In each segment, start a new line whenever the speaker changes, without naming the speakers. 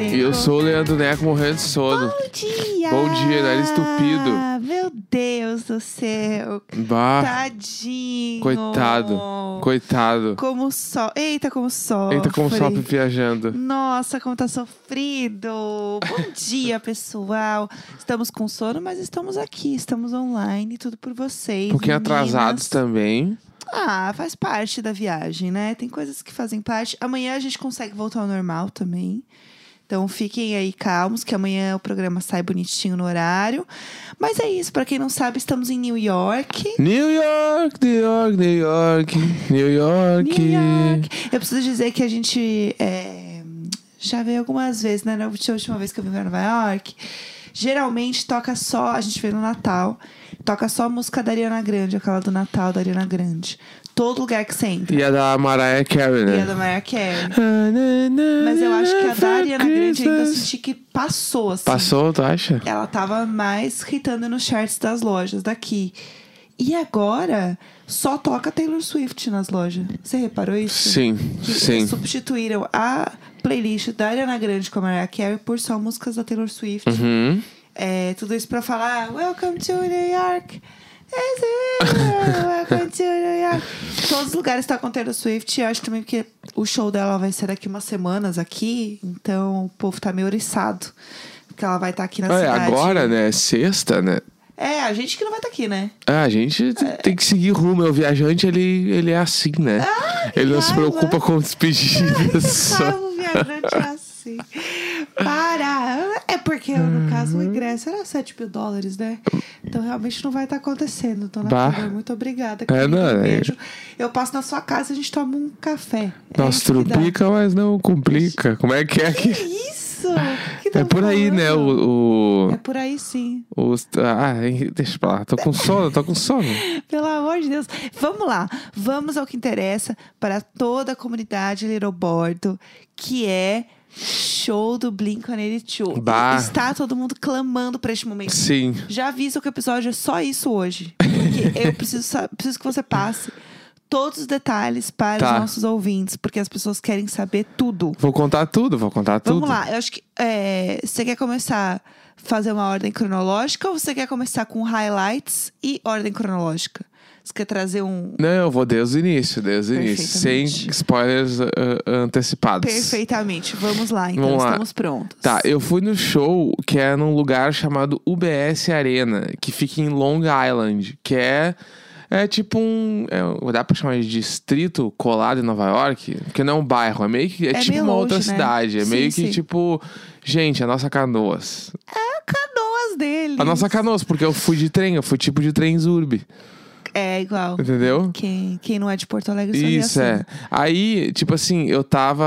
é
E eu sou o Leandro Neco morrendo de sono.
Bom dia!
Bom dia, nariz entupido.
Meu Deus do céu.
Bah,
Tadinho.
Ah, coitado. coitado.
Como só. Eita, como só.
Eita, como sofre viajando.
Nossa, como tá sofrido. Bom dia, pessoal. Estamos com sono, mas estamos aqui. Estamos online, tudo por vocês.
Um pouquinho
meninas.
atrasados tá- também.
Ah, faz parte da viagem, né? Tem coisas que fazem parte. Amanhã a gente consegue voltar ao normal também. Então fiquem aí calmos, que amanhã o programa sai bonitinho no horário. Mas é isso, pra quem não sabe, estamos em New York.
New York, New York, New York, New York.
New York. Eu preciso dizer que a gente é, já veio algumas vezes, né? Na última última vez que eu vim pra Nova York. Geralmente toca só, a gente veio no Natal, toca só a música da Ariana Grande, aquela do Natal da Ariana Grande. Todo lugar que você entra.
E a da Mariah Carey,
E a
né?
da Mariah Carey. Mas
Mas
eu acho que a da Ariana Grande ainda senti que passou, assim.
Passou, tu acha?
Ela tava mais hitando nos charts das lojas daqui. E agora só toca Taylor Swift nas lojas. Você reparou isso?
Sim,
Que
sim.
eles substituíram a playlist da Ariana Grande com a Mariah Carey por só músicas da Taylor Swift.
Uhum.
É, tudo isso pra falar Welcome to New York. Is it? Welcome to New York. Todos os lugares tá com Taylor Swift. E eu acho também que o show dela vai ser daqui umas semanas aqui. Então o povo tá meio oriçado. Porque ela vai estar aqui na
É,
cidade.
agora, né? Sexta, né?
É, a gente que não vai estar aqui, né?
Ah, a gente te- tem que seguir rumo. é O viajante, ele, ele é assim, né?
Ah,
ele não se
raiva.
preocupa com despedidas.
Salvo um viajante assim. Para! É porque, no caso, o ingresso era 7 mil dólares, né? Então realmente não vai estar acontecendo, dona
Bah.
Flor. Muito obrigada.
É,
querida.
não, é-
beijo. Eu passo na sua casa e a gente toma um café. É
Nós
isso que dá.
trupica, mas não complica. Como é que é
Que
que.
isso? Que
É
tão
por aí, né?
falando?
O.
É por aí sim.
o, os- ah, hein, deixa pra lá. Tô com sono, tô com sono.
Pelo amor de Deus. Vamos lá. Vamos ao que interessa para toda a comunidade Little Bordo, que é show do Blink-182.
Bah.
Está todo mundo clamando para este momento.
Sim.
Já aviso que o episódio é só isso hoje. Porque eu preciso, sa- preciso que você passe todos os detalhes para
Tá.
os nossos ouvintes, porque as pessoas querem saber tudo.
Vou contar tudo, vou contar tudo.
Vamos lá, eu acho que é, você quer começar a fazer uma ordem cronológica ou você quer começar com highlights e ordem cronológica? Você quer trazer um
Não, eu vou desde o início, desde o início. Sem
Perfeitamente.
spoilers ah, ah, antecipados.
perfeitamente? Vamos lá, então
Vamos lá.
estamos prontos.
Tá, eu fui no show que é num lugar chamado UBS Arena, que fica em Long Island, que é, é tipo um. É, dá pra chamar de distrito colado em Nova York? Porque não é um bairro, é meio que. É,
É
tipo
meio
uma
longe,
outra
né?
cidade. É
Sim,
meio que
sim.
tipo. Gente, a nossa canoas.
Canoas dele.
A nossa canoas, porque eu fui de trem, eu fui tipo de trem Zurb,
É igual.
entendeu?
Quem, quem não é de Porto Alegre só
Isso,
vê assim.
é. Aí, tipo assim, eu tava.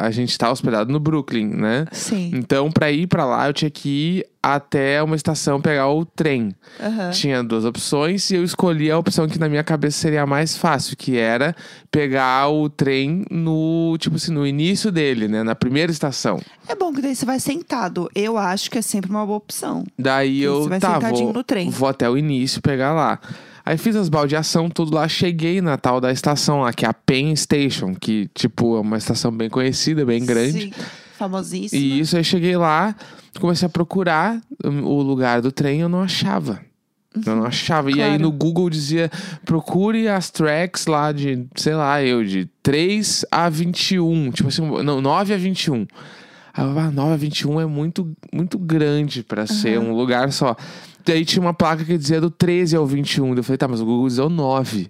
A gente tava hospedado no Brooklyn, né?
assim. Sim.
Então, pra ir pra lá, eu tinha que ir até uma estação pegar o trem.
Aham.
Tinha duas opções e eu escolhi a opção que na minha cabeça seria a mais fácil, que era pegar o trem no, tipo assim, no início dele, né, na primeira estação.
É bom que daí você vai sentado. Eu acho que é sempre uma boa opção.
Daí
Isso,
eu
vai
tá,
sentadinho
vou,
no trem.
vou até o início pegar lá. Aí fiz as baldeação, tudo lá, cheguei na tal da estação lá, que é a Penn Station, que tipo é uma estação bem conhecida, bem grande.
Sim. Famosíssima.
E isso, aí cheguei lá, comecei a procurar hum, o lugar do trem, eu não achava. Eu não achava. E aí
claro.
no Google dizia: procure as tracks lá de, sei lá, eu, de 3 a 21. Tipo assim, não, 9 a 21. Aí eu, ah, 9 a 21 é muito, muito grande pra ser um lugar só. E aí tinha uma placa que dizia do 13 ao 21. Eu falei, tá, mas o Google diz o 9.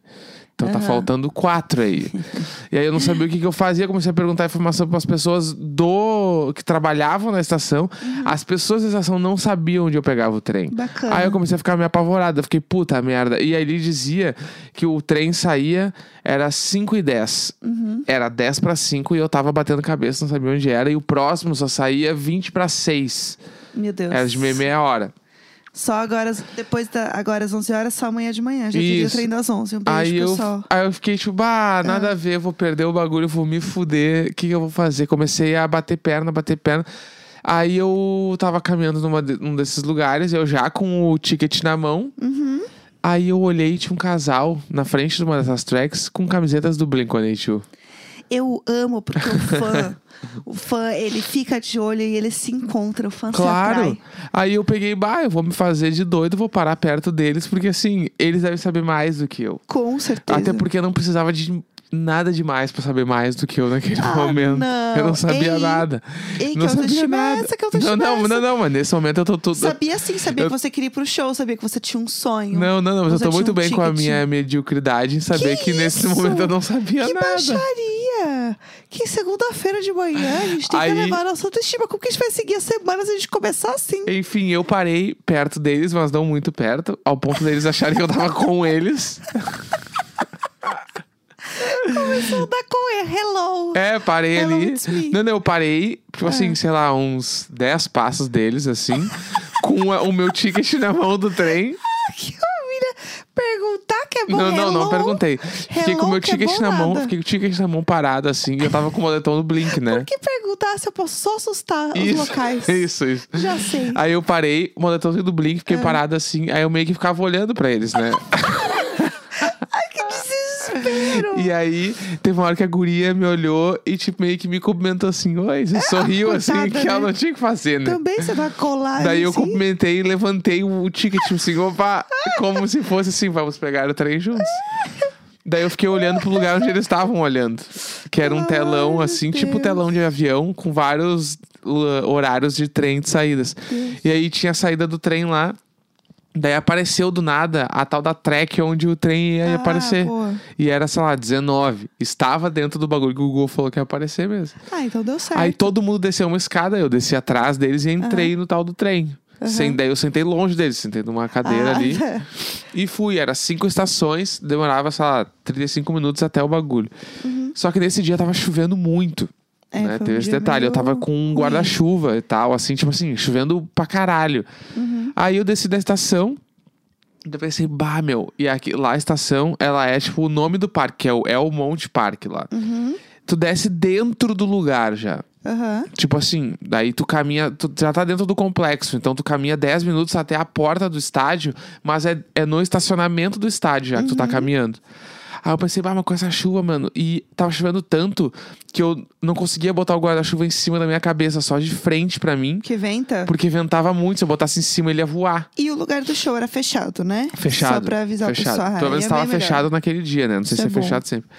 Então tá
Aham.
faltando 4 aí. e aí eu não sabia o que, que eu fazia. Comecei a perguntar informação para as pessoas do que trabalhavam na estação. As pessoas da estação não sabiam onde eu pegava o trem.
Uhum. Bacana.
Aí eu comecei a ficar meio apavorada. Eu Fiquei, puta merda. E aí ele dizia que o trem saía, era 5 e 10.
Uhum.
Era 10 para 5 e eu tava batendo cabeça, não sabia onde era. E o próximo só saía 20 para 6.
Meu Deus.
Era de meia, meia hora.
Só agora, depois da, agora às 11 horas, só amanhã de manhã. Já diria o
Isso.
trem das 11. Um beijo,
Aí eu,
pessoal. Ah.
aí eu fiquei tipo, bah, nada a ver, vou perder o bagulho, vou me fuder, o que, que eu vou fazer? Comecei a bater perna, bater perna. Aí eu tava caminhando numa de- num desses lugares, eu já com o ticket na mão.
Uhum.
Aí eu olhei e tinha um casal na frente de uma dessas tracks com camisetas do Blink-182.
eu amo, porque o fã, o fã, ele fica de olho e ele se encontra, o fã se
Claro.
atrai.
Aí eu peguei, bah, eu vou me fazer de doido, vou parar perto deles, porque assim, eles devem saber mais do que eu.
Com certeza.
Até porque eu não precisava de nada demais pra saber mais do que eu naquele
Ah,
momento.
não.
Eu não sabia
Ei,
nada.
Ei, que
não
eu tô
sabia nada.
chimessa, que é eu tô
não, não,
chimessa.
não, não, mas nesse momento eu tô tudo.
Sabia sim, sabia
Eu-
que você queria ir pro show, sabia que você tinha um sonho.
Não, não, não, mas eu
Você
tô
tinha
muito
um
bem com a
ticket.
minha mediocridade em saber
Que
que, nesse
isso?
momento eu não sabia
Que
nada.
baixaria! Que segunda-feira de manhã a gente tem
Aí-
que levar a nossa autoestima. Como que a gente vai seguir a semana se a gente começar assim?
Enfim, eu parei perto deles, mas não muito perto, ao ponto deles acharem que eu tava com eles.
Começou a dar com ele. Hello!
É, parei
Hello,
ali.
it's me. É.
Não, não, eu parei, tipo assim, sei lá, uns 10 passos deles, assim, com a- o meu ticket na mão do trem.
Que família! Perguntar que é bom.
Não, não, não
hello?
perguntei. Fiquei com o
Hello,
meu
que é
ticket
bom
na mão,
nada.
fiquei com o ticket na mão parado, assim, e eu tava com o moletom no Blink, né?
Por que perguntar se eu posso só assustar os
Isso,
locais?
isso, isso.
Já sei.
Aí eu parei, o moletomzinho do Blink,
Ah.
fiquei parado assim, aí eu meio que ficava olhando pra eles, né?
Ai, que desespero!
E aí, teve uma hora que a guria me olhou e, tipo, meio que me cumprimentou assim, oi, você sorriu assim,
Ah, coitada,
que ela
né?
não tinha o que fazer, né?
Também você vai colar.
Daí eu
assim?
cumprimentei e levantei o ticket, tipo assim, opa, como se fosse assim, vamos pegar o trem juntos. Daí eu fiquei olhando pro lugar onde eles estavam olhando. Que era um
Ai,
telão,
meu
assim, tipo
Deus.
telão de avião, com vários uh, horários de trem de saídas. E aí tinha a saída do trem lá. Daí apareceu do nada a tal da track onde o trem
Ah,
ia aparecer.
boa.
E era, sei lá, 19. Estava dentro do bagulho que o Google falou que ia aparecer mesmo.
Ah, então deu certo.
Aí todo mundo desceu uma escada, eu desci atrás deles e entrei no tal do trem. Sem, daí eu sentei longe deles, sentei numa cadeira
Ah,
ali.
tá.
E fui, era cinco estações, demorava, sei lá, 35 minutos até o bagulho. Só que nesse dia tava chovendo muito.
Uhum. É,
né?
foi um
Teve esse
dia
detalhe, eu
meio
tava com um
ruim.
guarda-chuva e tal, assim, tipo assim, chovendo pra caralho.
Uhum.
Aí eu desci da estação, eu pensei, bah, meu, e aqui, lá a estação, ela é tipo o nome do parque, que é o Elmont Park lá.
Uhum.
Tu desce dentro do lugar já.
Aham.
Tipo assim, daí tu caminha, tu já tá dentro do complexo, então tu caminha 10 minutos até a porta do estádio, mas é, é no estacionamento do estádio já que tu tá caminhando. Aí eu pensei, ah, mas com essa chuva, mano, e tava chovendo tanto que eu não conseguia botar o guarda-chuva em cima da minha cabeça, só de frente pra mim,
Que venta.
porque ventava muito, se eu botasse em cima ele ia voar.
E o lugar do show era fechado, né?
Fechado.
Só pra avisar
fechado.
o pessoal.
Pelo
Ah,
menos
é
tava
bem melhor.
fechado naquele dia, né? Não sei
Isso é
se é
bom. Uhum.
fechado sempre.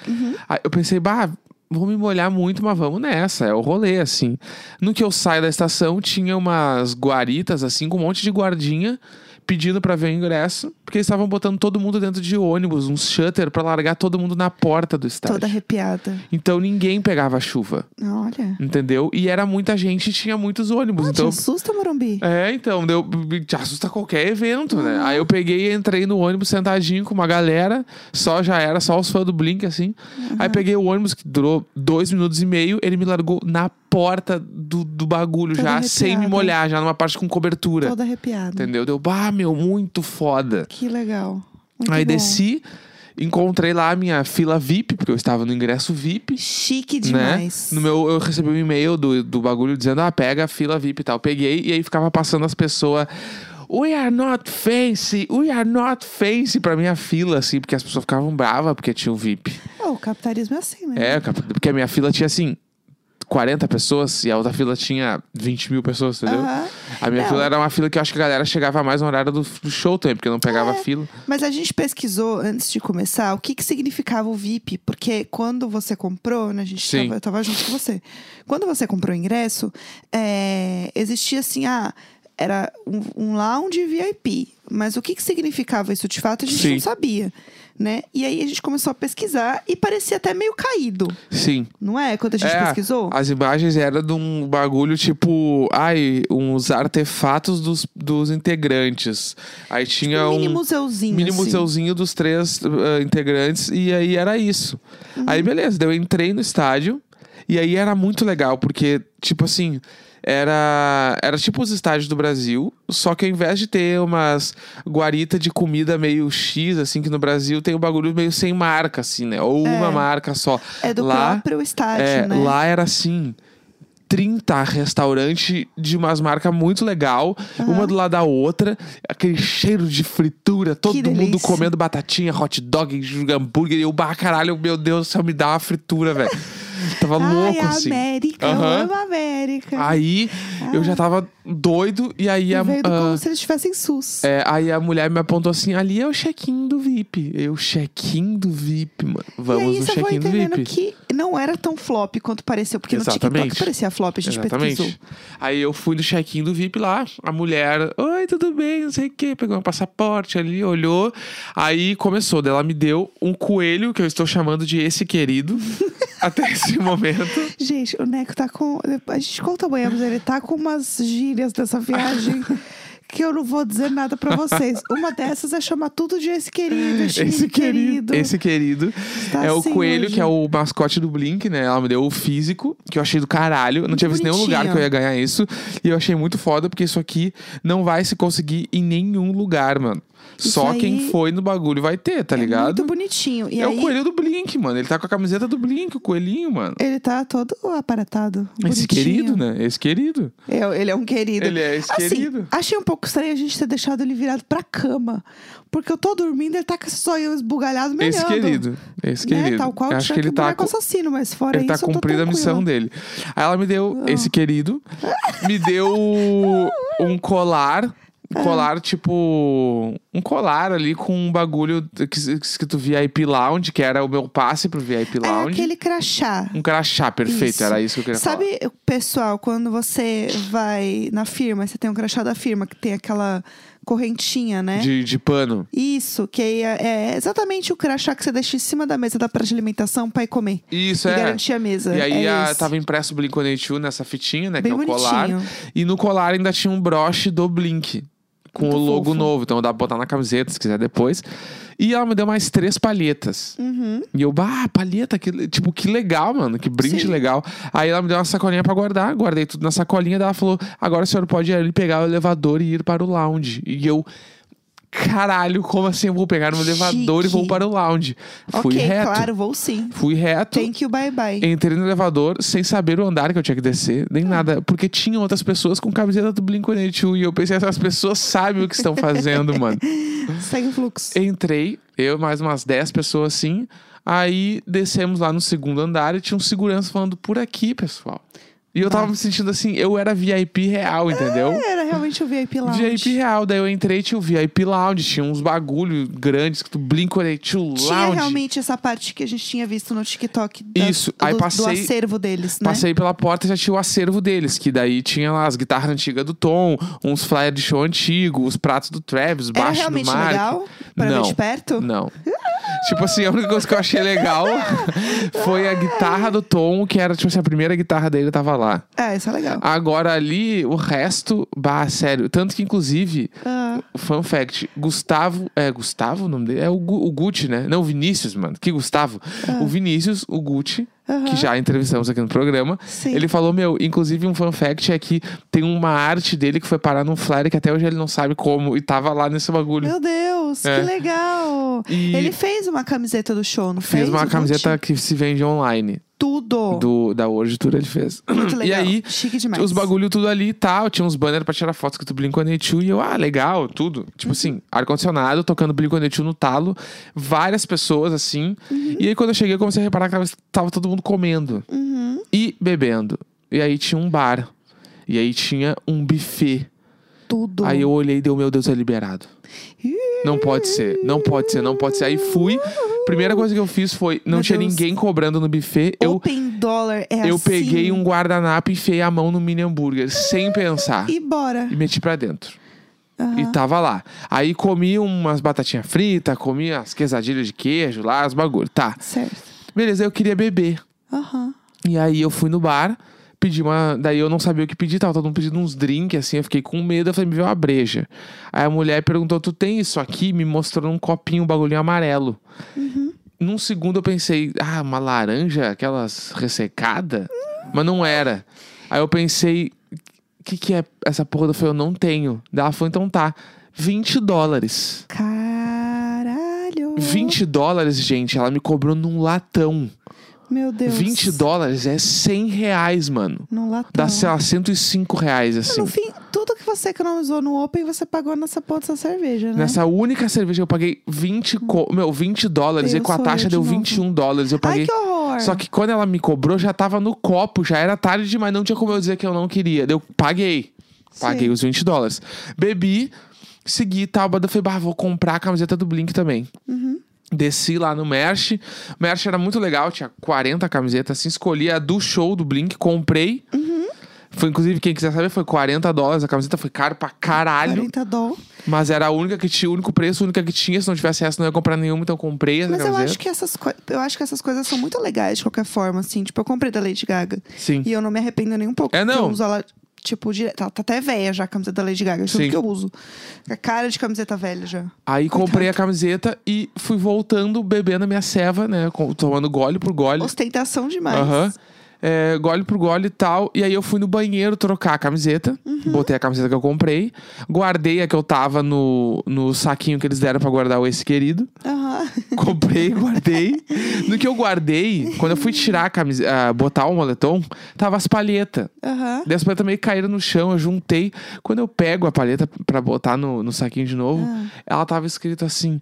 Aí eu pensei, bah, vou me molhar muito, mas vamos nessa. É o rolê, assim. No que eu saio da estação, tinha umas guaritas, assim, com um monte de guardinha pedindo pra ver o ingresso, porque eles estavam botando todo mundo dentro de ônibus, uns shutter, pra largar todo mundo na porta do estádio.
Toda arrepiada.
Então ninguém pegava chuva,
Olha.
entendeu? E era muita gente e tinha muitos ônibus.
Ah, te
então
assusta, Morumbi?
é, então, deu, te assusta qualquer evento, né?
Uhum.
Aí eu peguei e entrei no ônibus sentadinho com uma galera, só já era, só os fãs do Blink, assim.
Uhum.
Aí peguei o ônibus, que durou dois minutos e meio, ele me largou na porta do, do bagulho
Toda
já, sem me
arrepiada.
molhar, já numa parte com cobertura.
Toda arrepiada.
Entendeu? Deu, bah, meu, muito foda.
Que legal. Muito
Aí
bom.
desci, encontrei lá a minha fila VIP, porque eu estava no ingresso VIP.
Chique
né?
demais.
No meu, eu recebi um e-mail do, do bagulho dizendo, ah, pega a fila VIP e tal. Peguei e aí ficava passando as pessoas. We are not fancy, we are not fancy pra minha fila, assim, porque as pessoas ficavam bravas porque tinha o VIP.
Ah, o capitalismo é assim, né?
É, cap- porque a minha fila tinha assim. 40 pessoas e a outra fila tinha 20 mil pessoas, entendeu?
Aham.
A minha
Ah, Não.
fila era uma fila que eu acho que a galera chegava mais no horário do, do show também, porque não
É.
pegava fila.
Mas a gente pesquisou antes de começar o que, que significava o VIP, porque quando você comprou, né, a gente
Sim.
tava, eu tava junto com você. Quando você comprou o ingresso, é, existia assim, ah, era um, um lounge VIP. Mas o que, que significava isso de fato, a gente
Sim.
não sabia. Né? E aí a gente começou a pesquisar e parecia até meio caído,
Sim.
não é? Quando a gente
É,
pesquisou?
As imagens eram de um bagulho tipo. Ai, uns artefatos dos, dos integrantes. Aí tinha
um
um.
mini museuzinho.
mini
assim.
museuzinho dos três ah, integrantes. E aí era isso.
Uhum.
Aí beleza, daí eu entrei no estádio. E aí era muito legal, porque, tipo assim. Era, era tipo os estádios do Brasil, só que ao invés de ter umas guarita de comida meio X, assim, que no Brasil tem um bagulho meio sem marca, assim, né? Ou uma marca só.
É do
Lá,
próprio estádio,
é,
né?
lá era assim. 30 restaurante de umas marcas muito legal, uma do lado da outra, aquele cheiro de fritura, todo mundo
delícia.
comendo batatinha, hot dog, hambúrguer, e o bar, caralho, meu Deus do céu, me dá uma fritura, velho. Tava
Ai,
louco assim.
América, Ah. eu
Aham.
amo a América.
Aí eu já tava doido e aí a,
Vivendo
ah,
como se eles estivessem SUS.
é, aí a mulher me apontou assim: ali é o check-in do VIP. Eu, check-in do VIP, mano.
e aí
Vamos no
você foi
check-in do
entendendo
VIP.
que não era tão flop quanto pareceu, porque no
Exatamente.
TikTok parecia flop, a gente pesquisou.
Exatamente. Aí eu fui no check-in do VIP lá, a mulher, oi, tudo bem, não sei o quê, pegou meu passaporte ali, olhou. Aí começou, daí ela me deu um coelho que eu estou chamando de esse querido até esse momento.
Gente, o Neco tá com. A gente conta amanhã, mas ele tá com umas gírias dessa viagem que eu não vou dizer nada pra vocês. Uma dessas é chamar tudo de esse querido, esse,
Esse querido, esse querido
Tá
é o
assim
coelho
hoje.
que é o mascote do Blink, né? Ela me deu o físico, que eu achei do caralho, não tinha visto nenhum
bonitinho.
lugar que eu ia ganhar isso, e eu achei muito foda porque isso aqui não vai se conseguir em nenhum lugar, mano.
Isso
Só
aí
quem foi no bagulho vai ter, tá
É
ligado?
Muito bonitinho. E
é
aí,
o coelho do Blink, mano. Ele tá com a camiseta do Blink, o coelhinho, mano.
ele tá todo aparatado.
Esse
bonitinho.
querido, né? Esse querido.
É, ele é um querido.
Ele é esse
assim,
querido.
Achei um pouco estranho a gente ter deixado ele virado pra cama. Porque eu tô dormindo, ele tá com esse sonho esbugalhado, melhor.
Esse querido. Esse querido.
Né? Tal qual
Acho que ele tá,
com
cu-
assassino, mas fora
ele tá
isso, eu tô
cumprindo a missão
tranquila. Ah.
dele. Aí ela me deu esse querido. Me deu um colar.
Ah.
Um colar, tipo. Um colar ali com um bagulho que, que escrito VIP Lounge, que era o meu passe pro VIP
É
Lounge.
aquele crachá.
Um crachá, perfeito.
Isso.
Era isso que eu queria falar.
Sabe, pessoal, quando você vai na firma, você tem um crachá da firma que tem aquela correntinha, né?
De, de pano.
Isso, que aí é, é exatamente o crachá que você deixa em cima da mesa da praça de alimentação pra ir comer.
Isso,
e
é.
garantir a mesa.
E aí
é
a-
esse.
tava impresso o Blink-182 nessa fitinha, né?
Bem
que é o
bonitinho.
colar. E no colar ainda tinha um broche do Blink. Com
Muito
o logo
fofo.
novo. Então dá pra botar na camiseta, se quiser depois. E ela me deu mais três palhetas.
Uhum.
E eu, bah, palheta, que, le- tipo, que legal, mano. Que brinde
Sim.
legal. Aí ela me deu uma sacolinha pra guardar. Guardei tudo na sacolinha. Daí ela falou, agora o senhor pode ir ali pegar o elevador e ir para o lounge. E eu... Caralho, como assim eu vou pegar um elevador e vou
Chique.
para o lounge? Fui
ok,
reto.
claro, vou sim.
Fui reto.
Thank you, bye bye.
Entrei no elevador sem saber o andar que eu tinha que descer,
Ah.
nem nada, porque tinha outras pessoas com camiseta do Blink-182 e eu pensei, essas pessoas sabem o que estão fazendo, mano.
Segue o fluxo.
Entrei, eu e mais umas 10 pessoas assim, aí descemos lá no segundo andar e tinha um segurança falando por aqui, pessoal. E eu tava me sentindo assim, eu era VIP real,
Ah,
entendeu?
Era realmente o VIP lá.
VIP real, daí eu entrei, tinha o VIP Lounge, tinha uns bagulho grandes, Blink-182 Lounge.
Tinha realmente essa parte que a gente tinha visto no TikTok da-
Isso, aí
do, do
passei-
acervo deles, né?
Passei pela porta e já tinha o acervo deles, que daí tinha lá as guitarras antigas do Tom, uns flyers de show antigo, os pratos do Travis,
Era
baixo do
É realmente
Mark.
legal? Pra
Não.
ver de perto?
Não. tipo assim, a única coisa que eu achei legal foi a guitarra do Tom, que era, tipo assim, a primeira guitarra dele tava lá.
É, isso é legal.
Ah, Agora ali, o resto, bah, sério. Tanto que, inclusive,
Ah,
fun fact, Gustavo. É, Gustavo o nome dele? É o, Gu- o Gucci, né? Não, o Vinícius, mano. Que Gustavo? O Vinícius, o Gucci, que
Ah. Aham.
já entrevistamos aqui no programa.
sim.
Ele falou, meu, inclusive um fun fact é que tem uma arte dele que foi parar num flyer que até hoje ele não sabe como e tava lá nesse bagulho.
Meu Deus,
É.
que legal!
E
Ele fez uma camiseta do show, não fez?
fez uma
O
camiseta
Gucci?
que se vende online
Tudo!
do, da World Tour, ele fez.
Muito
E
legal.
aí,
Chique demais.
os bagulho tudo ali e tal. Tinha uns banners pra tirar fotos que tu Blink-182 e eu, ah, legal, tudo. Tipo
Uhum.
assim, ar-condicionado, tocando Blink-182 no talo. Várias pessoas, assim. E aí, quando eu cheguei, eu comecei a reparar que tava, tava todo mundo comendo
Uhum.
e bebendo. E aí, tinha um bar. E aí, tinha um buffet.
Tudo.
Aí eu olhei e deu, meu Deus, é liberado. Não pode ser, não pode ser, não pode ser. Aí fui. Primeira coisa que eu fiz foi, não
Meu
tinha
Deus.
ninguém cobrando no buffet. Eu,
Open Dollar é
eu
assim.
peguei um guardanapo e enfiei a mão no mini hambúrguer, sem pensar.
E bora.
E meti pra dentro.
Aham.
E tava lá. Aí comi umas batatinhas fritas, comi as quesadilhas de queijo lá, as bagulho. Tá.
Certo.
Beleza, eu queria beber.
Aham.
E aí eu fui no bar, pedi uma. Daí eu não sabia o que pedir, tava todo mundo pedindo uns drinks, assim, eu fiquei com medo, eu falei, me vê uma breja. Aí a mulher perguntou: Tu tem isso aqui? Me mostrou num copinho um bagulhinho amarelo.
Uhum.
Num segundo eu pensei, ah, uma laranja, aquelas ressecada? Mas não era. Aí eu pensei, o que, que é essa porra? Eu falei, eu não tenho. Daí ela falou, então tá, 20 dólares.
Caralho!
20 dólares, gente, ela me cobrou num latão.
Meu Deus.
20 dólares é 100 reais, mano.
Num latão.
Dá, sei lá, 105 reais, assim.
No fim, tudo que você economizou no Open, você pagou nessa porra dessa cerveja, né?
Nessa única cerveja eu paguei 20, co- meu, 20 dólares.
Eu
e com a
sou eu
taxa
um de
deu
novo.
21 dólares. Eu paguei
Ai, que horror!
Só que quando ela me cobrou, já tava no copo, já era tarde demais, não tinha como eu dizer que eu não queria. Daí Eu paguei. Paguei
Sim.
os 20 dólares. Bebi, segui tá, Tábada, falei, bah, vou comprar a camiseta do Blink também.
Uhum.
Desci lá no Merch. Merch era muito legal, tinha 40 camisetas, assim, escolhi a do show do Blink, comprei.
Uhum.
Foi, inclusive, quem quiser saber, foi 40 dólares. A camiseta foi caro pra caralho.
40 dólares.
Mas era a única que tinha, o único preço, a única que tinha. Se não tivesse essa, não ia comprar nenhuma, então eu comprei essa
Mas eu
camiseta.
acho, que essas coi- eu acho que essas coisas são muito legais de qualquer forma, assim. Tipo, eu comprei da Lady Gaga.
Sim.
E eu não me arrependo nem um pouco.
É,
porque
não.
Eu uso ela, tipo, direto. Ela tá até velha já, a camiseta da Lady Gaga. é Tudo
Sim.
que eu uso. A cara de camiseta velha já.
Aí comprei a camiseta e fui voltando bebendo a minha ceva, né? com- Tomando gole por gole.
Ostentação demais.
Aham. É, gole por gole e tal. E aí eu fui no banheiro trocar a camiseta.
Uhum.
Botei a camiseta que eu comprei. Guardei a que eu tava no, no saquinho que eles deram pra guardar o esse querido.
Aham.
Comprei, guardei. No que eu guardei, quando eu fui tirar a camiseta, botar o moletom, tava as palhetas.
Aham.
Daí as palhetas meio caíram no chão, eu juntei. Quando eu pego a palheta pra botar no, no saquinho de novo,
Ah.
ela tava escrito assim: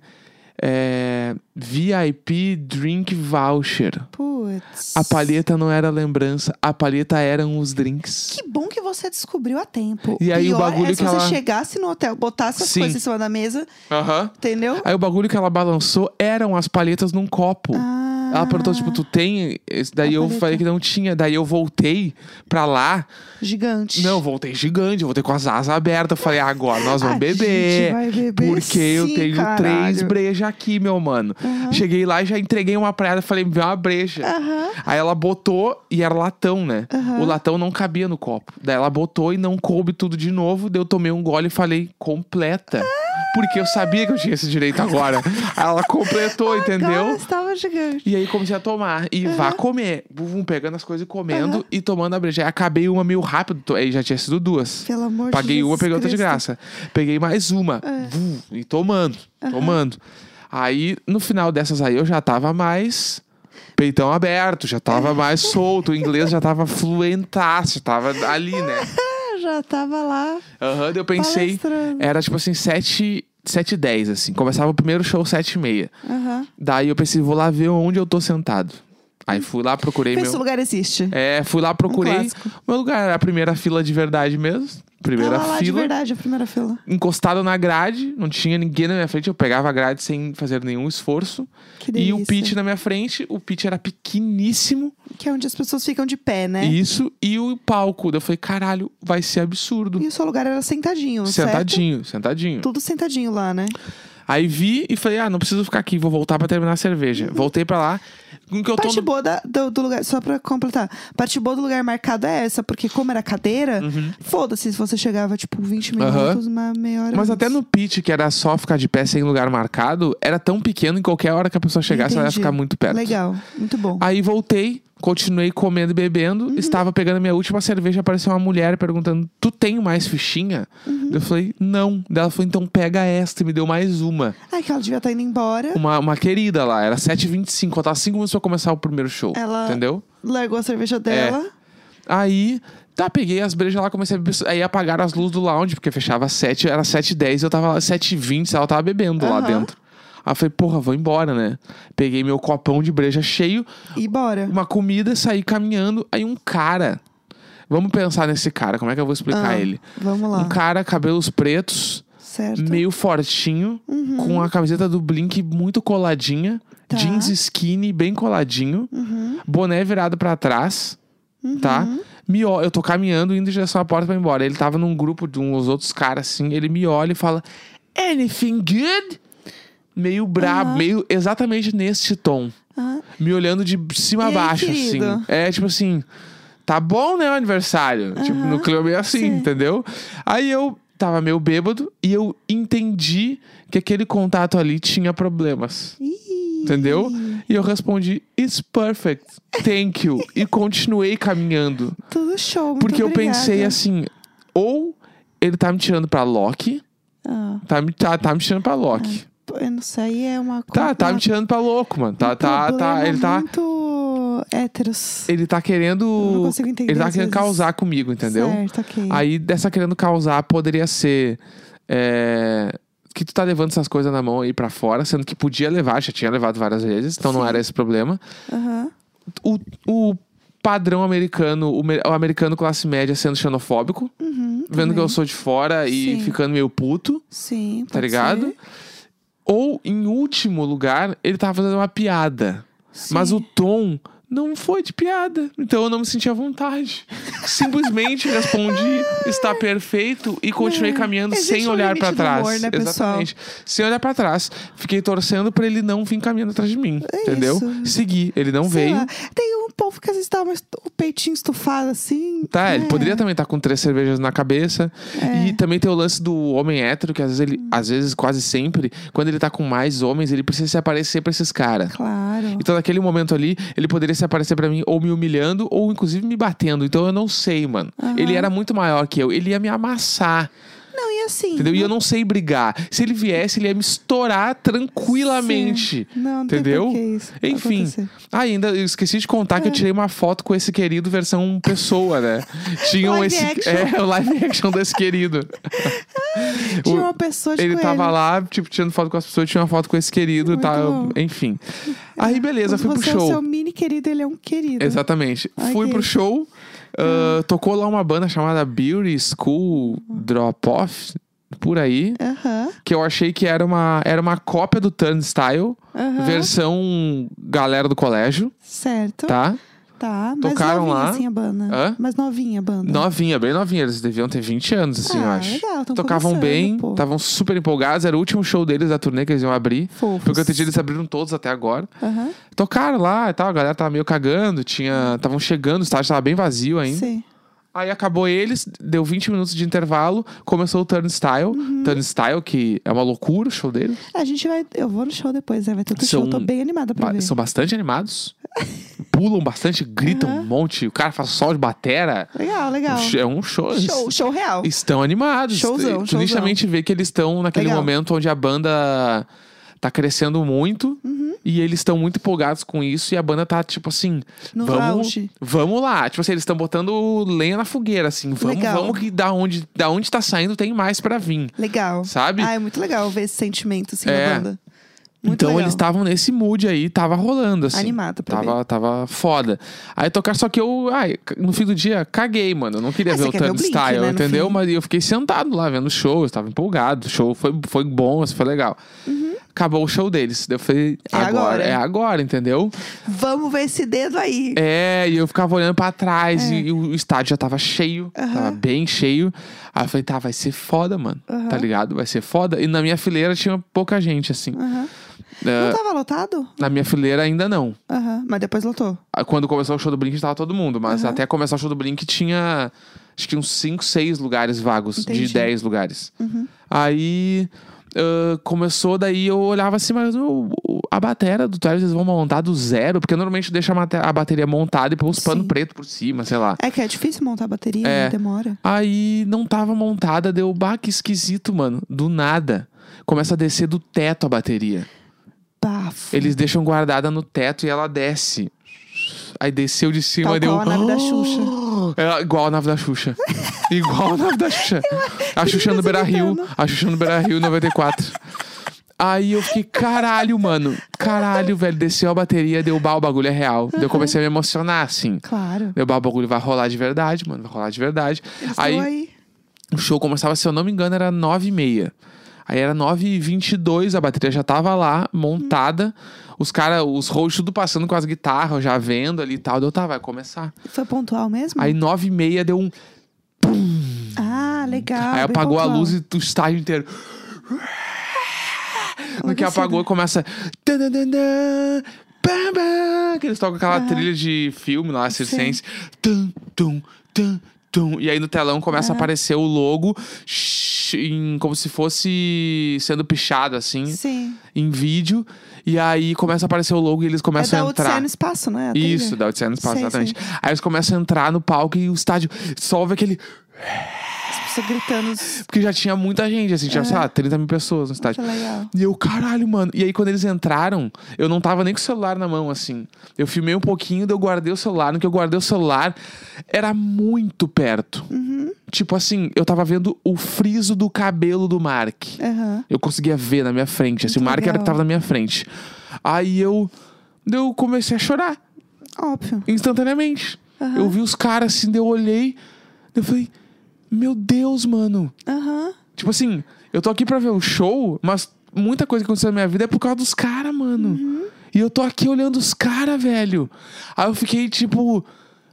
é, VIP Drink Voucher.
Putz.
A palheta não era lembrança, a palheta eram os drinks.
Que bom que você descobriu a tempo.
E aí o
Pior
bagulho
é se
que
você
ela-
chegasse no hotel, botasse as
Sim.
coisas em cima da mesa,
Aham.
entendeu?
Aí o bagulho que ela balançou eram as palhetas num copo.
Ah.
Ela perguntou, tipo, tu tem? esse?" Daí
A
eu
palheta.
falei que não tinha. Daí eu voltei pra lá.
Ah, Gigante.
Não, voltei gigante, eu voltei com as asas abertas. Eu Falei, agora nós vamos
A
beber.
gente vai beber
Porque eu
sim,
tenho
caralho.
três brejas aqui, meu mano. Cheguei lá e já entreguei uma pra ela. Falei, me vê uma breja.
Aham.
Aí ela botou e era latão, né?
Aham.
O latão não cabia no copo. Daí ela botou e não coube tudo de novo. Daí eu tomei um gole e falei, completa. Porque eu sabia que eu tinha esse direito agora. Aí ela completou,
Agora
entendeu?
estava gigante.
E aí comecei a tomar. E vá comer. Vum, pegando as coisas e comendo
Aham.
e tomando a breja. Aí Acabei uma meio rápido. to- Aí já tinha sido duas.
Pelo amor de
Paguei uma,
Jesus É.
peguei outra de
Cristo.
graça. Peguei mais uma. Vum, e tomando, tomando. Aí, no final dessas aí, eu já tava mais peitão aberto, já tava mais solto. O inglês já tava fluentaço, tava ali, né?
Ah, já tava lá.
Aham, daí eu pensei.
Palestrando.
Era tipo assim, 7 7 10 assim. Começava o primeiro show 7 e meia.
Aham.
Daí eu pensei, vou lá ver onde eu tô sentado. Aí fui lá, procurei
Pensa,
meu.
o lugar existe.
É, fui lá, procurei.
clássico.
meu lugar era a primeira fila de verdade mesmo. Primeira
Tava lá de
fila.
verdade, a primeira fila.
Encostado na grade, não tinha ninguém na minha frente. Eu pegava a grade sem fazer nenhum esforço.
Que
E
delícia.
o pitch na minha frente, o pitch era pequeníssimo.
Que é onde as pessoas ficam de pé, né?
Isso, e o palco. Daí Eu falei, caralho, vai ser absurdo.
E o seu lugar era sentadinho, certo?
Sentadinho, sentadinho.
Tudo sentadinho lá, né?
Aí vi e falei, ah, não preciso ficar aqui, vou voltar pra terminar a cerveja. Voltei pra lá. Com que eu tô
Uhum. Parte
no-
boa da- do, do lugar, só pra completar, parte boa do lugar marcado é essa, porque como era cadeira, foda-se se você chegava, tipo, 20
Uhum. Aham.
minutos, uma meia hora.
Mas
antes.
até no pitch, que era só ficar de pé sem lugar marcado, era tão pequeno em qualquer hora que a pessoa chegasse, ela ia
Entendi.
ficar muito perto. Ah.
Legal, muito bom.
Aí voltei, continuei comendo e bebendo,
Uhum.
estava pegando minha última cerveja, apareceu uma mulher perguntando: Tu tem mais fichinha?
Uhum.
Eu falei: Não. Daí Ela falou: Então pega esta e me deu mais uma.
Ai, que ela devia estar indo embora,
Uma, uma querida lá, era 7h25, faltava 5 minutos pra começar o primeiro show.
Ela-
Entendeu?
largou a
É.
cerveja dela.
Aí, tá, peguei as brejas lá, comecei a beber. Aí apagaram as luzes do lounge, porque fechava às 7, era 7h10, eu tava lá 7h20, ela tava bebendo lá
Aham.
dentro. Aí eu falei, porra, vou embora, né? Peguei meu copão de breja cheio,
E bora.
uma comida, saí caminhando. Aí um cara. Vamos pensar nesse cara, como é que eu vou explicar
Ah,
ele?
Vamos lá.
Um cara, cabelos pretos,
Certo.
meio fortinho, com a camiseta do Blink muito coladinha,
Tá.
jeans skinny bem coladinho, boné virado pra trás, tá? Me olha, eu tô caminhando indo em direção à porta pra ir embora. Ele tava num grupo de uns outros caras assim, ele me olha e fala: "Anything good?" Meio brabo,
Aham.
meio exatamente neste tom,
Ah,
me olhando de cima
E
a
aí,
baixo assim.
querido?
É tipo assim, tá bom, né, o aniversário? Tipo, no clima meio assim, entendeu? Aí eu tava meio bêbado e eu entendi que aquele contato ali tinha problemas.
ih.
Entendeu? E eu respondi, it's perfect, thank you. e continuei caminhando.
Tudo show, muito
Porque eu
obrigada.
pensei assim, ou ele tá me tirando pra Loki,
Ah,
tá me, tá, tá me tirando pra Loki.
pô, eu não sei, é uma coisa.
Tá, tá me tirando pra louco, mano. Tá, tá, tá. Ele tá,
muito héteros.
ele tá
Eu não
querendo.
consigo entender
Ele tá
às
querendo
vezes.
causar comigo, entendeu?
Certo, ok.
Aí dessa querendo causar poderia ser. é, que tu tá levando essas coisas na mão aí pra fora, sendo que podia levar, já tinha levado várias vezes, então não
Sim.
era esse problema.
Aham.
o, o padrão americano, o, me- o americano classe média sendo xenofóbico, vendo que eu sou de fora e
Uhum, Sim.
ficando meio puto,
Sim, pode
tá ligado?
ser.
Ou, em último lugar, ele tava fazendo uma piada.
Sim.
Mas o tom não foi de piada. Então eu não me senti à vontade. Simplesmente respondi, está perfeito, e continuei caminhando
existe
sem
um
olhar
limite
pra
do
trás.
humor, né, pessoal?
Exatamente. Sem olhar pra trás. Fiquei torcendo pra ele não vir caminhando atrás de mim. entendeu?
É isso.
Segui. Ele não
Sei
veio.
lá. Tem um povo que às vezes dá uma- o peitinho estufado assim.
Tá, ele
É.
poderia também estar com três cervejas na cabeça.
É.
E também tem o lance do homem hétero, que às vezes, ele, às vezes quase sempre, quando ele tá com mais homens, ele precisa se aparecer pra esses caras.
Claro.
Então, naquele momento ali, ele poderia se aparecer pra mim ou me humilhando ou inclusive me batendo. Então, eu não sei, mano. Ele era muito maior que eu. Ele ia me amassar,
Não, e assim.
entendeu? E eu não sei brigar. Se ele viesse, ele ia me estourar tranquilamente.
Sim. Não, não Tem
entendeu?
por que isso
Enfim.
acontecer.
Ah, ainda eu esqueci de contar
Ah.
que eu tirei uma foto com esse querido versão pessoa, né? Tinham
Live
esse
action.
é o live action desse querido.
Tinha
O-
uma pessoa de
ele
coelho.
tava lá, tipo, tirando foto com as pessoas, tinha uma foto com esse querido,
Muito
tá?
bom.
Enfim. Aí beleza, fui pro
Você
show.
é o seu mini querido, ele é um querido.
Exatamente.
Ai,
Fui
que-
pro show, ah, tocou lá uma banda chamada Beauty School Drop Off, por aí,
Aham.
que eu achei que era uma, era uma cópia do Turnstile,
Aham.
versão galera do colégio,
Certo.
tá?
Tá, mas
Tocaram
novinha
lá.
assim a banda.
Hã?
Mas novinha a banda.
Novinha, bem novinha, eles deviam ter 20 anos, assim,
ah,
eu acho.
legal, tão
Tocavam
começando,
bem,
pô.
estavam super empolgados, era o último show deles da turnê que eles iam abrir.
Fofos.
Porque eu entendi, eles abriram todos até agora.
Aham,
Tocaram lá e tal, a galera tava meio cagando, tinha. Estavam chegando, o estádio tava bem vazio ainda.
sim.
Aí acabou eles, deu 20 minutos de intervalo, começou o Turnstile.
Uhum.
Turnstyle, que é uma loucura o show dele.
A gente vai... Eu vou no show depois, né? Vai ter outro
São-
show. Tô bem animada pra
Ba-
ver.
São bastante animados. Pulam bastante, gritam um monte. O cara faz sol de batera.
Legal, legal.
O sh- É um show. eles
Show, show real.
Estão animados.
Showzão,
tu
showzão.
nitidamente vê que eles estão naquele
Legal.
momento onde a banda tá crescendo muito.
Uhum.
E eles estão muito empolgados com isso. E a banda tá tipo assim...
No
vamos,
auge.
vamos lá. Tipo assim, eles estão botando lenha na fogueira, assim. Vamos,
Legal.
vamos que da onde, da onde tá saindo tem mais pra vir.
Legal.
Sabe?
Ah, é muito legal ver esse sentimento, assim,
É.
na banda. Muito
então
legal.
eles estavam nesse mood aí, tava rolando, assim.
Animada pra
Tava, tava foda. Aí tocar, só que eu, ai, c- no fim do dia, caguei, mano. Eu não queria
Ah,
ver
você
o
quer ver o Blink,
Turnstyle,
né, no
entendeu?
fim.
Mas eu fiquei sentado lá vendo o show, eu tava empolgado. O show foi, foi bom, assim, foi legal. Acabou o show deles. daí Eu falei,
Uhum. É agora.
é agora, entendeu?
Vamos ver esse dedo aí.
É, e eu ficava olhando pra trás e, e o estádio já tava cheio,
É. Aham.
tava bem cheio. Aí eu falei, tá, vai ser foda, mano.
Aham.
Tá ligado? Vai ser foda. E na minha fileira tinha pouca gente, assim.
Aham.
É,
Não tava lotado?
na minha fileira ainda não.
Aham. Mas depois lotou.
Ah, Quando começou o show do Blink tava todo mundo, mas
Aham.
até começar o show do Blink tinha acho que uns 5, 6 lugares vagos,
Entendi. Uhum.
de 10 lugares. Aí ah, começou, daí eu olhava assim, mas o- o- a bateria do Travis eles vão montar do zero, porque normalmente deixa a, mate- a bateria montada e põe uns
Sim.
pano preto por cima, sei lá.
É que é difícil montar a bateria,
É.
né? demora.
Aí não tava montada, deu, bah, que esquisito, mano. Do nada. Começa a descer do teto a bateria.
Bafo.
Eles deixam guardada no teto e ela desce. Aí desceu de cima
Tal
e deu.
qual a nave da Xuxa.
É, igual a nave da Xuxa. igual a nave da Xuxa. A Xuxa
criança
no Beira Rio.
gritando.
A Xuxa no Beira Rio 94. Aí eu fiquei, caralho, mano. Caralho, velho. Desceu a bateria, deu bah, o bagulho é real. Daí eu comecei a me emocionar, assim.
Claro.
Deu bah, o bagulho vai rolar de verdade, mano. Vai rolar de verdade.
Aí...
Aí o Um show começava, se eu não me engano, era 9h30. Aí era 9h22, a bateria já tava lá, montada. Os caras, os roxos tudo passando com as guitarras, já vendo ali e tal. Deu, tá, vai começar.
Foi pontual mesmo?
Aí 9h30 deu um.
Ah, legal.
aí
bem
apagou a
pontual.
luz e o estádio inteiro.
Ah,
No que
descida.
apagou, começa. tananana, pam, pam, Que eles tocam aquela trilha de filme lá, circense. Tum, tum, tum, tum. E aí no telão começa a aparecer o logo shh, em- como se fosse sendo pichado, assim,
Sim.
em vídeo. E aí começa a aparecer o logo e eles
É
começam
da
a entrar.
Odisseia no Espaço, não é? A trilha?
Isso, da Odisseia no Espaço,
Sei,
exatamente. Aí eles começam a entrar no palco e o estádio solve aquele.
As pessoas gritando. os-
Porque já tinha muita gente, assim, tinha, sei lá, 30 mil pessoas no
Que
estádio.
É. legal.
E eu, caralho, mano. E aí, quando eles entraram, eu não tava nem com o celular na mão, assim. Eu filmei um pouquinho, daí eu guardei o celular. No que eu guardei o celular, era muito perto.
Uhum.
Tipo assim, eu tava vendo o friso do cabelo do Mark.
Aham.
Eu conseguia ver na minha frente. Assim,
É. Muito
o Mark era o
legal.
que tava na minha frente. Aí eu. daí Eu comecei a chorar.
Óbvio.
instantaneamente.
Aham.
Eu vi os caras assim, daí eu olhei, daí eu falei, meu Deus, mano.
Aham.
Tipo assim, eu tô aqui pra ver o show, mas muita coisa que aconteceu na minha vida é por causa dos caras, mano. E eu tô aqui olhando os caras, velho. Aí eu fiquei tipo,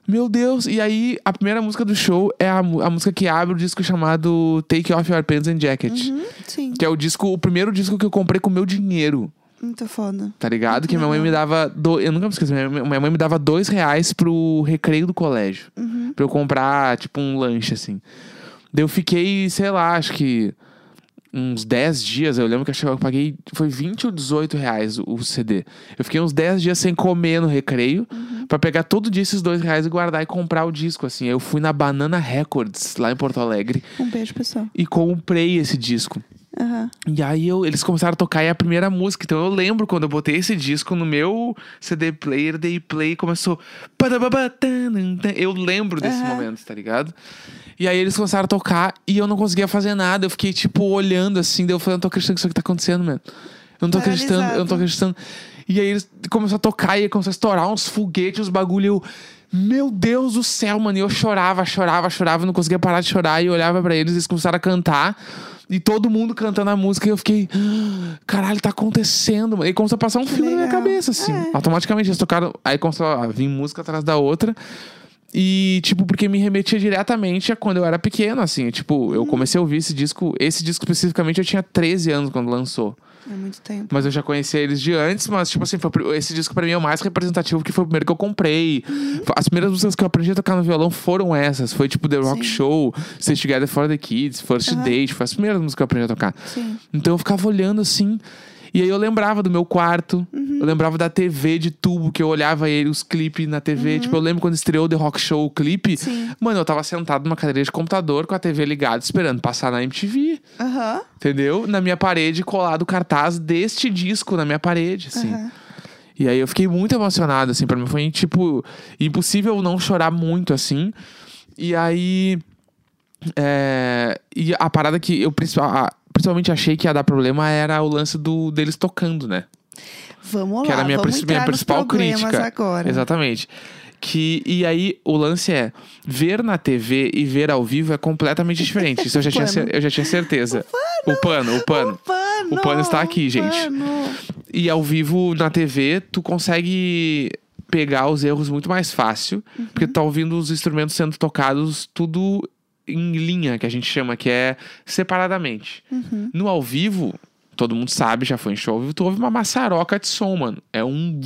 meu Deus. E aí, a primeira música do show é a, mu- a música que abre o disco chamado Take Off Your Pants and Jacket.
Uhum. Sim.
Que é o disco, o primeiro disco que eu comprei com o meu dinheiro,
Muito foda.
tá ligado? Que minha mãe me dava. Do... Eu nunca me esqueço, minha minha mãe me dava dois reais pro recreio do colégio.
Uhum.
Pra eu comprar, tipo, um lanche, assim. Daí eu fiquei, sei lá, acho que uns 10 dias. Eu lembro que eu, cheguei, eu paguei, foi 20 ou 18 reais o, o CD. Eu fiquei uns 10 dias sem comer no recreio. Pra pegar todo dia esses dois reais e guardar e comprar o disco, assim. Eu fui na Banana Records, lá em Porto Alegre,
Um beijo, pessoal.
e comprei esse disco.
Aham.
E aí eu- eles começaram a tocar e é a primeira música. Então eu lembro quando eu botei esse disco no meu CD player, dei play e começou. "Padababatanantã". Eu lembro desse
Aham.
momento, tá ligado? E aí eles começaram a tocar e eu não conseguia fazer nada. Eu fiquei, tipo, olhando assim, daí eu falei, eu não tô acreditando que isso aqui tá acontecendo, mano. Eu não tô acreditando, eu não tô acreditando. E aí eles começaram a tocar e começou a estourar uns foguetes, os bagulho. E eu, meu Deus do céu, mano. E eu chorava, chorava, chorava, não conseguia parar de chorar. E eu olhava pra eles, eles começaram a cantar. E todo mundo cantando a música. E eu fiquei, "Ah, caralho, tá acontecendo, mano. E começou a passar um filme na minha
legal.
cabeça, assim.
É.
Automaticamente eles tocaram. Aí começou a vir música atrás da outra. E, tipo, porque me remetia diretamente a quando eu era pequeno, assim. Tipo,
Uhum.
eu comecei a ouvir esse disco. Esse disco especificamente eu tinha 13 anos quando lançou.
É muito tempo.
Mas eu já conhecia eles de antes, mas, tipo assim, foi o pri- esse disco pra mim é o mais representativo, porque foi o primeiro que eu comprei. As primeiras músicas que eu aprendi a tocar no violão foram essas. Foi tipo The Rock
Sim.
Show, Stay Together for the Kids, First
Aham.
Date. Foi as primeiras músicas que eu aprendi a tocar.
Sim.
Então eu ficava olhando assim. E aí eu lembrava do meu quarto,
Uhum.
eu lembrava da TV de tubo, que eu olhava ele, os clipes na TV. Tipo, eu lembro quando estreou The Rock Show o clipe.
Uhum. Sim.
Mano, eu tava sentado numa cadeira de computador com a TV ligada, esperando passar na MTV.
Aham.
Entendeu? Na minha parede, colado o cartaz deste disco na minha parede, assim.
Aham.
E aí eu fiquei muito emocionado, assim. Pra mim foi, tipo, impossível não chorar muito, assim. E aí. é, E a parada que eu princi- a- principalmente achei que ia dar problema era o lance do deles tocando, né?
Vamos lá.
que era a minha,
vamos
princi-
entrar
minha
nos
principal
problemas
crítica.
agora.
Exatamente. Que, e aí, o lance é: ver na TV e ver ao vivo é completamente diferente. Isso eu já, tinha,
Pano.
cer- eu já tinha certeza. O pano, o pano.
O pano.
O pano está aqui,
o
gente.
pano.
E ao vivo na TV, tu consegue pegar os erros muito mais fácil,
Uhum.
porque tu tá ouvindo os instrumentos sendo tocados tudo em linha, que a gente chama, que é separadamente.
Uhum.
No ao vivo, todo mundo sabe, já foi em show ao vivo, tu ouve uma maçaroca de som, mano. É um.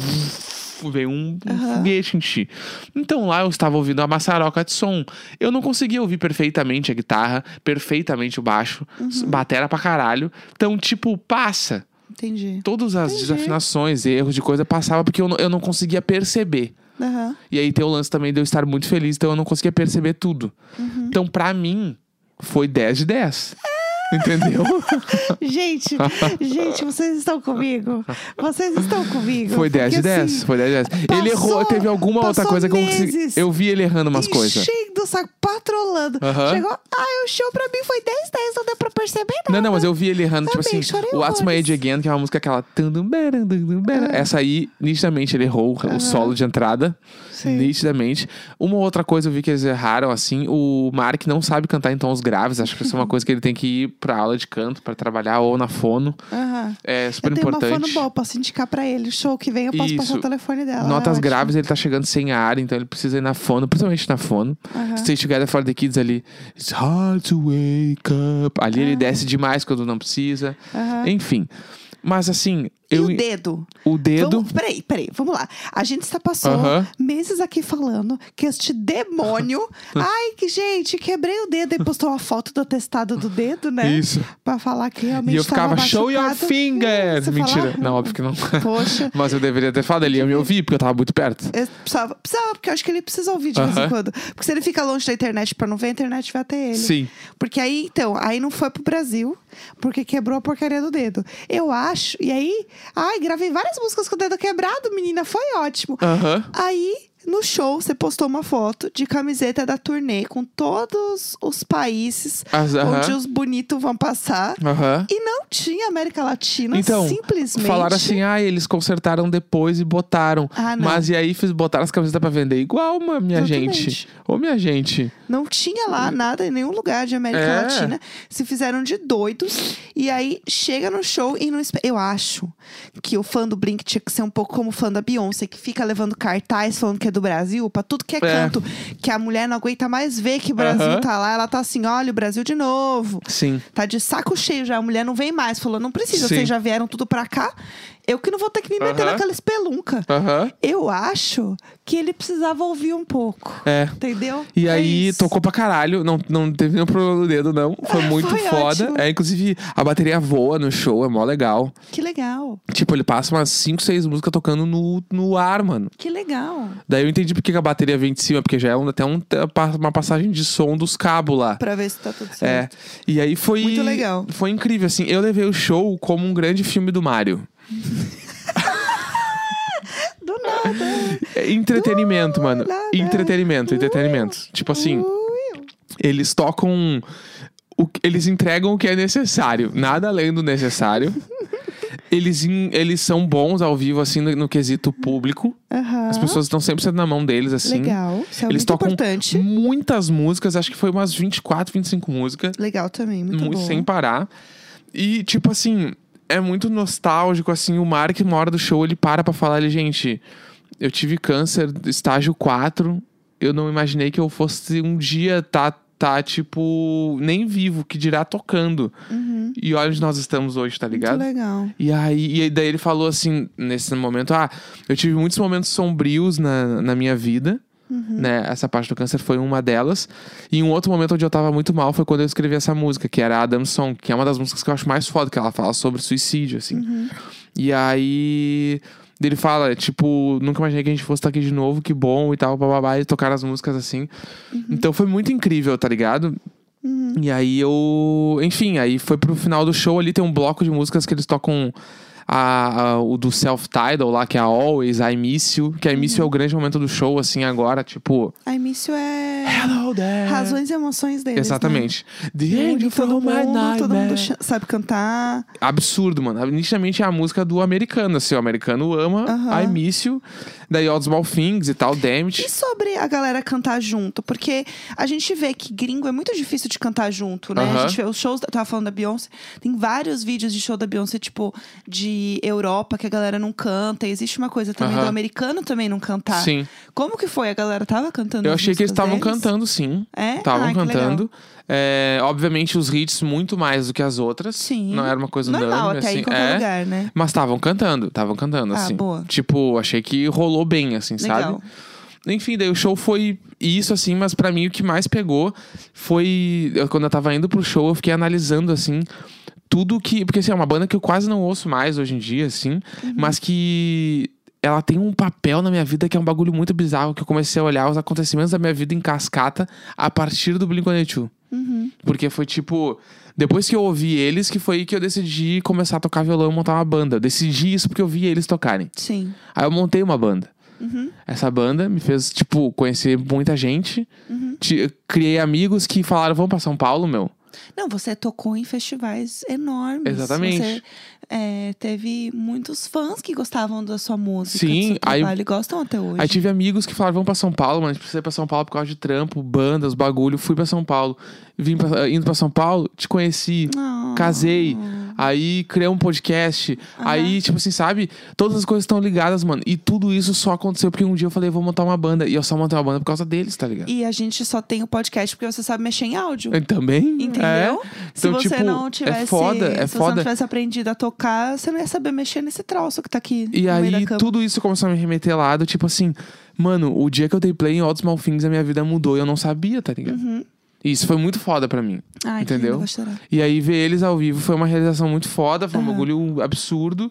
Vem um, um
Aham.
foguete em ti. Então lá eu estava ouvindo a maçaroca de som. Eu não conseguia ouvir perfeitamente a guitarra, perfeitamente o baixo,
Uhum.
batera pra caralho. Então, tipo, passa
Entendi.
todas as desafinações, erros de coisa passava porque eu não, eu não conseguia perceber.
Aham.
E aí tem o lance também de eu estar muito feliz, então eu não conseguia perceber tudo.
Uhum.
Então, pra mim, foi 10 de 10.
Ah!
Entendeu?
Gente, gente, vocês estão comigo? Vocês estão comigo?
Foi 10 de
Porque,
10.
assim,
foi 10 de 10. ele
passou-
errou, teve alguma outra
passou
coisa que eu consegui.
meses
Eu vi ele errando umas coisas.
Cheio do saco, patrolando.
Aham.
Chegou, ah, o show pra mim foi 10, 10, não deu pra perceber nada.
Não, não, mas eu vi ele errando, tipo
Também,
assim,
chorei
o What's My
horrores. Ah.
Age Again, que é uma música aquela. tandumbera, tandumbera. Essa aí, nitidamente, ele errou o solo de entrada.
Sim.
Nitidamente. Uma outra coisa eu vi que eles erraram, assim, o Mark não sabe cantar em tons graves. Acho que isso é uma coisa que ele tem que ir pra aula de canto, pra trabalhar, ou na fono.
Aham.
É super
Eu tenho uma
importante.
fono boa, posso indicar pra ele. O show que vem eu posso
Isso.
passar o telefone dela.
Notas
né?
graves, ele tá chegando sem ar, então ele precisa ir na fono, principalmente na fono.
Aham.
Stay Together for the Kids ali. It's hard to wake up. Ali ele desce demais quando não precisa.
Ah. Aham.
Enfim. Mas assim,
E
eu,
o dedo?
o dedo.
Vamos, peraí, peraí, vamos lá. A gente está passou
Aham.
meses aqui falando que este demônio. ai, que gente, quebrei o dedo e postou uma foto do atestado do dedo, né?
Isso.
Pra falar que realmente.
E eu
tava
ficava, show your
machucado."
finger!
Você
Mentira.
falava?
Não, óbvio que não.
Poxa.
Mas eu deveria ter falado, ele ia me ouvir, porque eu tava muito perto.
Eu precisava, precisava, porque eu acho que ele precisa ouvir de vez
Aham.
em quando. Porque se ele fica longe da internet pra não ver, a internet vai até ele.
Sim.
Porque aí, então, aí não foi pro Brasil, porque quebrou a porcaria do dedo. Eu acho, e aí, ai, gravei várias músicas com o dedo quebrado, menina, foi ótimo.
Aham.
Aí, No show, você postou uma foto de camiseta da turnê com todos os países
As- aham,
onde os bonitos vão passar.
aham.
E não tinha América Latina,
Então,
simplesmente.
Falaram assim, ah, eles consertaram depois e botaram.
Ah, não.
Mas e aí fiz, botaram as camisetas pra vender igual, ma- minha gente.
Exatamente.
Ô, minha gente.
Não tinha lá nada em nenhum lugar de América
É.
Latina. Se fizeram de doidos. E aí chega no show e não espera. Eu acho que o fã do Blink tinha que ser um pouco como o fã da Beyoncé, que fica levando cartaz falando que é do Brasil, pra tudo que é, canto. Que a mulher não aguenta mais ver que o Brasil
Aham.
tá lá. Ela tá assim: olha, o Brasil de novo.
Sim.
Tá de saco cheio já. A mulher não vem mais. Falou: não precisa,
Sim.
vocês já vieram tudo pra cá. Eu que não vou ter que me meter
Aham.
naquela espelunca.
Aham.
Eu acho que ele precisava ouvir um pouco.
É.
Entendeu?
E
É
aí
isso.
tocou pra caralho, não, não teve nenhum problema no dedo, não. Foi
Ah,
muito
foi
foda.
ótimo.
É, inclusive, a bateria voa no show, é mó legal.
Que legal,
Tipo, ele passa umas 5, 6 músicas tocando no, no ar, mano.
que legal.
Daí eu entendi porque que a bateria vem de cima, porque já é um- até um- uma passagem de som dos cabos lá.
Pra ver se tá tudo
É.
certo.
E aí foi.
Muito legal.
Foi incrível, assim. Eu levei o show como um grande filme do Mario.
Do nada.
É Entretenimento, mano.
Ah, nada.
Entretenimento, entretenimento. Tipo
uh,
assim,
Ui.
eles tocam. o que- eles entregam o que é necessário, nada além do necessário. Eles, em- eles são bons ao vivo, assim, no, no quesito público.
Aham.
As pessoas estão sempre sendo na mão deles, assim.
Legal, isso é
Eles
muito
tocam
importante.
Muitas músicas, acho que foi umas 24, 25 músicas.
Legal também, muito,
muito tá
bom.
sem parar. E, tipo assim, é muito nostálgico, assim, o Mark, na hora do show, ele para pra falar, ele, gente, eu tive câncer, estágio 4, eu não imaginei que eu fosse um dia tá, tá tipo, nem vivo, que dirá tocando.
Uhum.
E olha onde nós estamos hoje, tá ligado?
Muito legal.
E aí, e aí daí ele falou assim, nesse momento, ah, eu tive muitos momentos sombrios na, na minha vida, né? Essa parte do câncer foi uma delas. E um outro momento onde eu tava muito mal foi quando eu escrevi essa música, que era Adam Song, que é uma das músicas que eu acho mais foda, que ela fala sobre suicídio, assim. E aí. Ele fala, tipo, nunca imaginei que a gente fosse estar aqui de novo, que bom e tal, bababá, e tocar as músicas assim. Então foi muito incrível, tá ligado? E aí eu. Enfim, aí foi pro final do show ali, tem um bloco de músicas que eles tocam. a- a- o do self-title lá, que é a Always, I Miss You, que a I Miss You é o grande momento do show, assim, agora, tipo.
A Emício é
Hello there!
razões e emoções deles,
Exatamente.
Né?
The angel
Une todo
from my
mundo, né? todo mundo
nightmare.
cha- sabe cantar.
Absurdo, mano. Nitidamente é a música do americano, assim. O americano ama
Aham.
I Miss You, daí All the Small Things e tal, Damn
E
It.
sobre a galera cantar junto? Porque a gente vê que gringo é muito difícil de cantar junto, né?
Aham.
A gente vê os shows, da- eu tava falando da Beyoncé, tem vários vídeos de show da Beyoncé, tipo, de Europa, que a galera não canta. E existe uma coisa também
Aham.
do americano também não cantar.
Sim.
Como que foi? A galera tava cantando
Eu
as
achei que eles
Tá. músicas
estavam
deles?
cantando, sim.
É?
Estavam
Ah, que legal.
cantando. É, obviamente, os hits muito mais do que as outras.
Sim.
Não era uma coisa
Normal,
unânime,
até aí
assim.
em qualquer
é.
lugar, né?
Mas estavam cantando, estavam cantando,
Ah,
assim.
boa.
Tipo, achei que rolou bem, assim, sabe?
Legal.
Enfim, daí o show foi isso, assim, mas pra mim o que mais pegou foi. eu- Quando eu tava indo pro show, eu fiquei analisando, assim, tudo que. Porque, assim, é uma banda que eu quase não ouço mais hoje em dia, assim, mas que. Ela tem um papel na minha vida que é um bagulho muito bizarro, que eu comecei a olhar os acontecimentos da minha vida em cascata a partir do Blink-182.
Uhum.
Porque foi tipo, depois que eu ouvi eles, que foi que eu decidi começar a tocar violão e montar uma banda. Eu decidi isso porque eu vi eles tocarem.
Sim.
Aí eu montei uma banda.
Uhum.
Essa banda me fez, tipo, conhecer muita gente.
Uhum.
Ti- Criei amigos que falaram, vamos pra São Paulo, meu.
Não, você tocou em festivais enormes.
Exatamente.
Você é, teve muitos fãs que gostavam da sua música,
Sim,
do seu
aí-
trabalho, e gostam até hoje.
Aí tive amigos que falaram, vamos pra São Paulo, mano. A gente precisa ir pra São Paulo por causa de trampo, bandas, bagulho. Fui pra São Paulo. Vim pra- eh, indo pra São Paulo, te conheci.
Ah.
Casei. Aí criei um podcast.
Aham.
Aí, tipo assim, sabe? Todas as coisas estão ligadas, mano. E tudo isso só aconteceu porque um dia eu falei, vou montar uma banda. E eu só montei uma banda por causa deles, tá ligado?
E a gente só tem o podcast porque você sabe mexer em áudio.
Eu também.
Entendeu?
É.
se
Então,
você
tipo,
não
é
tivesse.
foda, é
se você
foda.
não tivesse aprendido a tocar, você não ia saber mexer nesse troço que tá aqui
E
no meio da
aí,
cama.
tudo isso começou a me remeter lá do tipo assim, mano, o dia que eu dei play em All the Small Things, a minha vida mudou e eu não sabia, tá ligado?
Uhum.
E isso foi muito foda pra mim.
Ai, que
entendeu?
lindo, vou chorar.
E aí, ver eles ao vivo foi uma realização muito foda, foi um
Aham.
bagulho absurdo.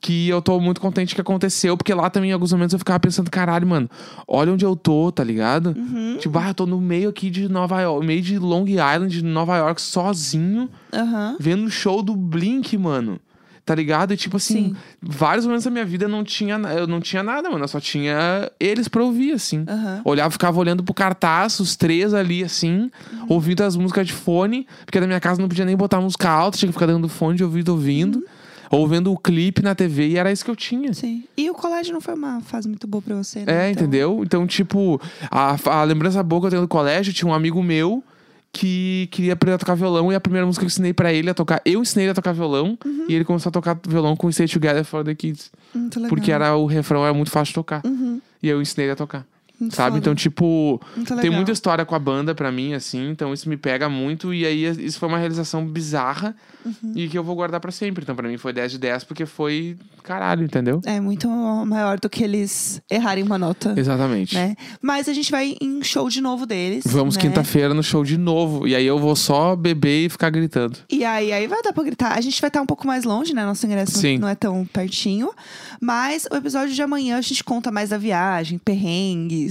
Que eu tô muito contente que aconteceu, porque lá também, em alguns momentos, eu ficava pensando, caralho, mano, olha onde eu tô, tá ligado?
Uhum.
Tipo, ah, eu tô no meio aqui de Nova York, meio de Long Island, de Nova York, sozinho
Aham.
vendo o show do Blink, mano. Tá ligado? E tipo assim,
Sim.
vários momentos da minha vida eu não tinha, na- eu não tinha nada, mano. Eu só tinha eles pra ouvir, assim.
Aham.
Olhava, ficava olhando pro cartaz, os três ali, assim,
Uhum.
ouvindo as músicas de fone, porque na minha casa não podia nem botar música alta, tinha que ficar dando fone de ouvido ouvindo.
Uhum.
Ou vendo o clipe na TV e era isso que eu tinha.
Sim. E o colégio não foi uma fase muito boa pra você, né?
É,
Então,
entendeu? Então, tipo, a, a lembrança boa que eu tenho do colégio, tinha um amigo meu que queria aprender a tocar violão e a primeira música que eu ensinei pra ele a tocar, eu ensinei ele a tocar violão
Uhum.
e ele começou a tocar violão com Stay Together for the Kids,
Muito legal.
porque era o refrão era muito fácil de tocar
Uhum.
e eu ensinei ele a tocar.
Muito
Sabe?
foda.
Então, tipo,
Muito
tem
legal.
muita história com a banda pra mim, assim, então isso me pega muito. E aí, isso foi uma realização bizarra
Uhum.
e que eu vou guardar pra sempre. Então, pra mim, foi 10 de 10, porque foi caralho, entendeu?
É muito maior do que eles errarem uma nota.
Exatamente.
Né? Mas a gente vai em show de novo deles.
Vamos
né?
quinta-feira no show de novo. E aí eu vou só beber e ficar gritando.
E aí, aí vai dar pra gritar. A gente vai estar um pouco mais longe, né? Nosso ingresso não-
Sim.
não é tão pertinho. Mas o episódio de amanhã a gente conta mais da viagem, perrengues.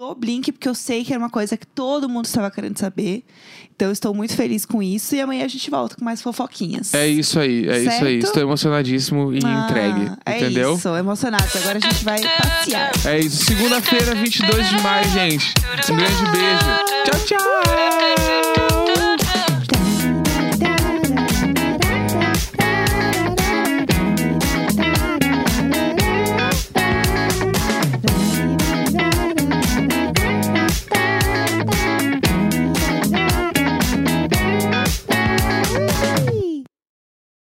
Do Blink, porque eu sei que era uma coisa que todo mundo estava querendo saber. Então eu estou muito feliz com isso. E amanhã a gente volta com mais fofoquinhas.
É isso aí, é isso aí.
Certo?
Estou emocionadíssimo e
Ah,
entregue. entendeu?
É isso, emocionado. Agora a gente vai passear.
É isso. Segunda-feira, 22 de maio, gente. Um grande beijo. Tchau, tchau.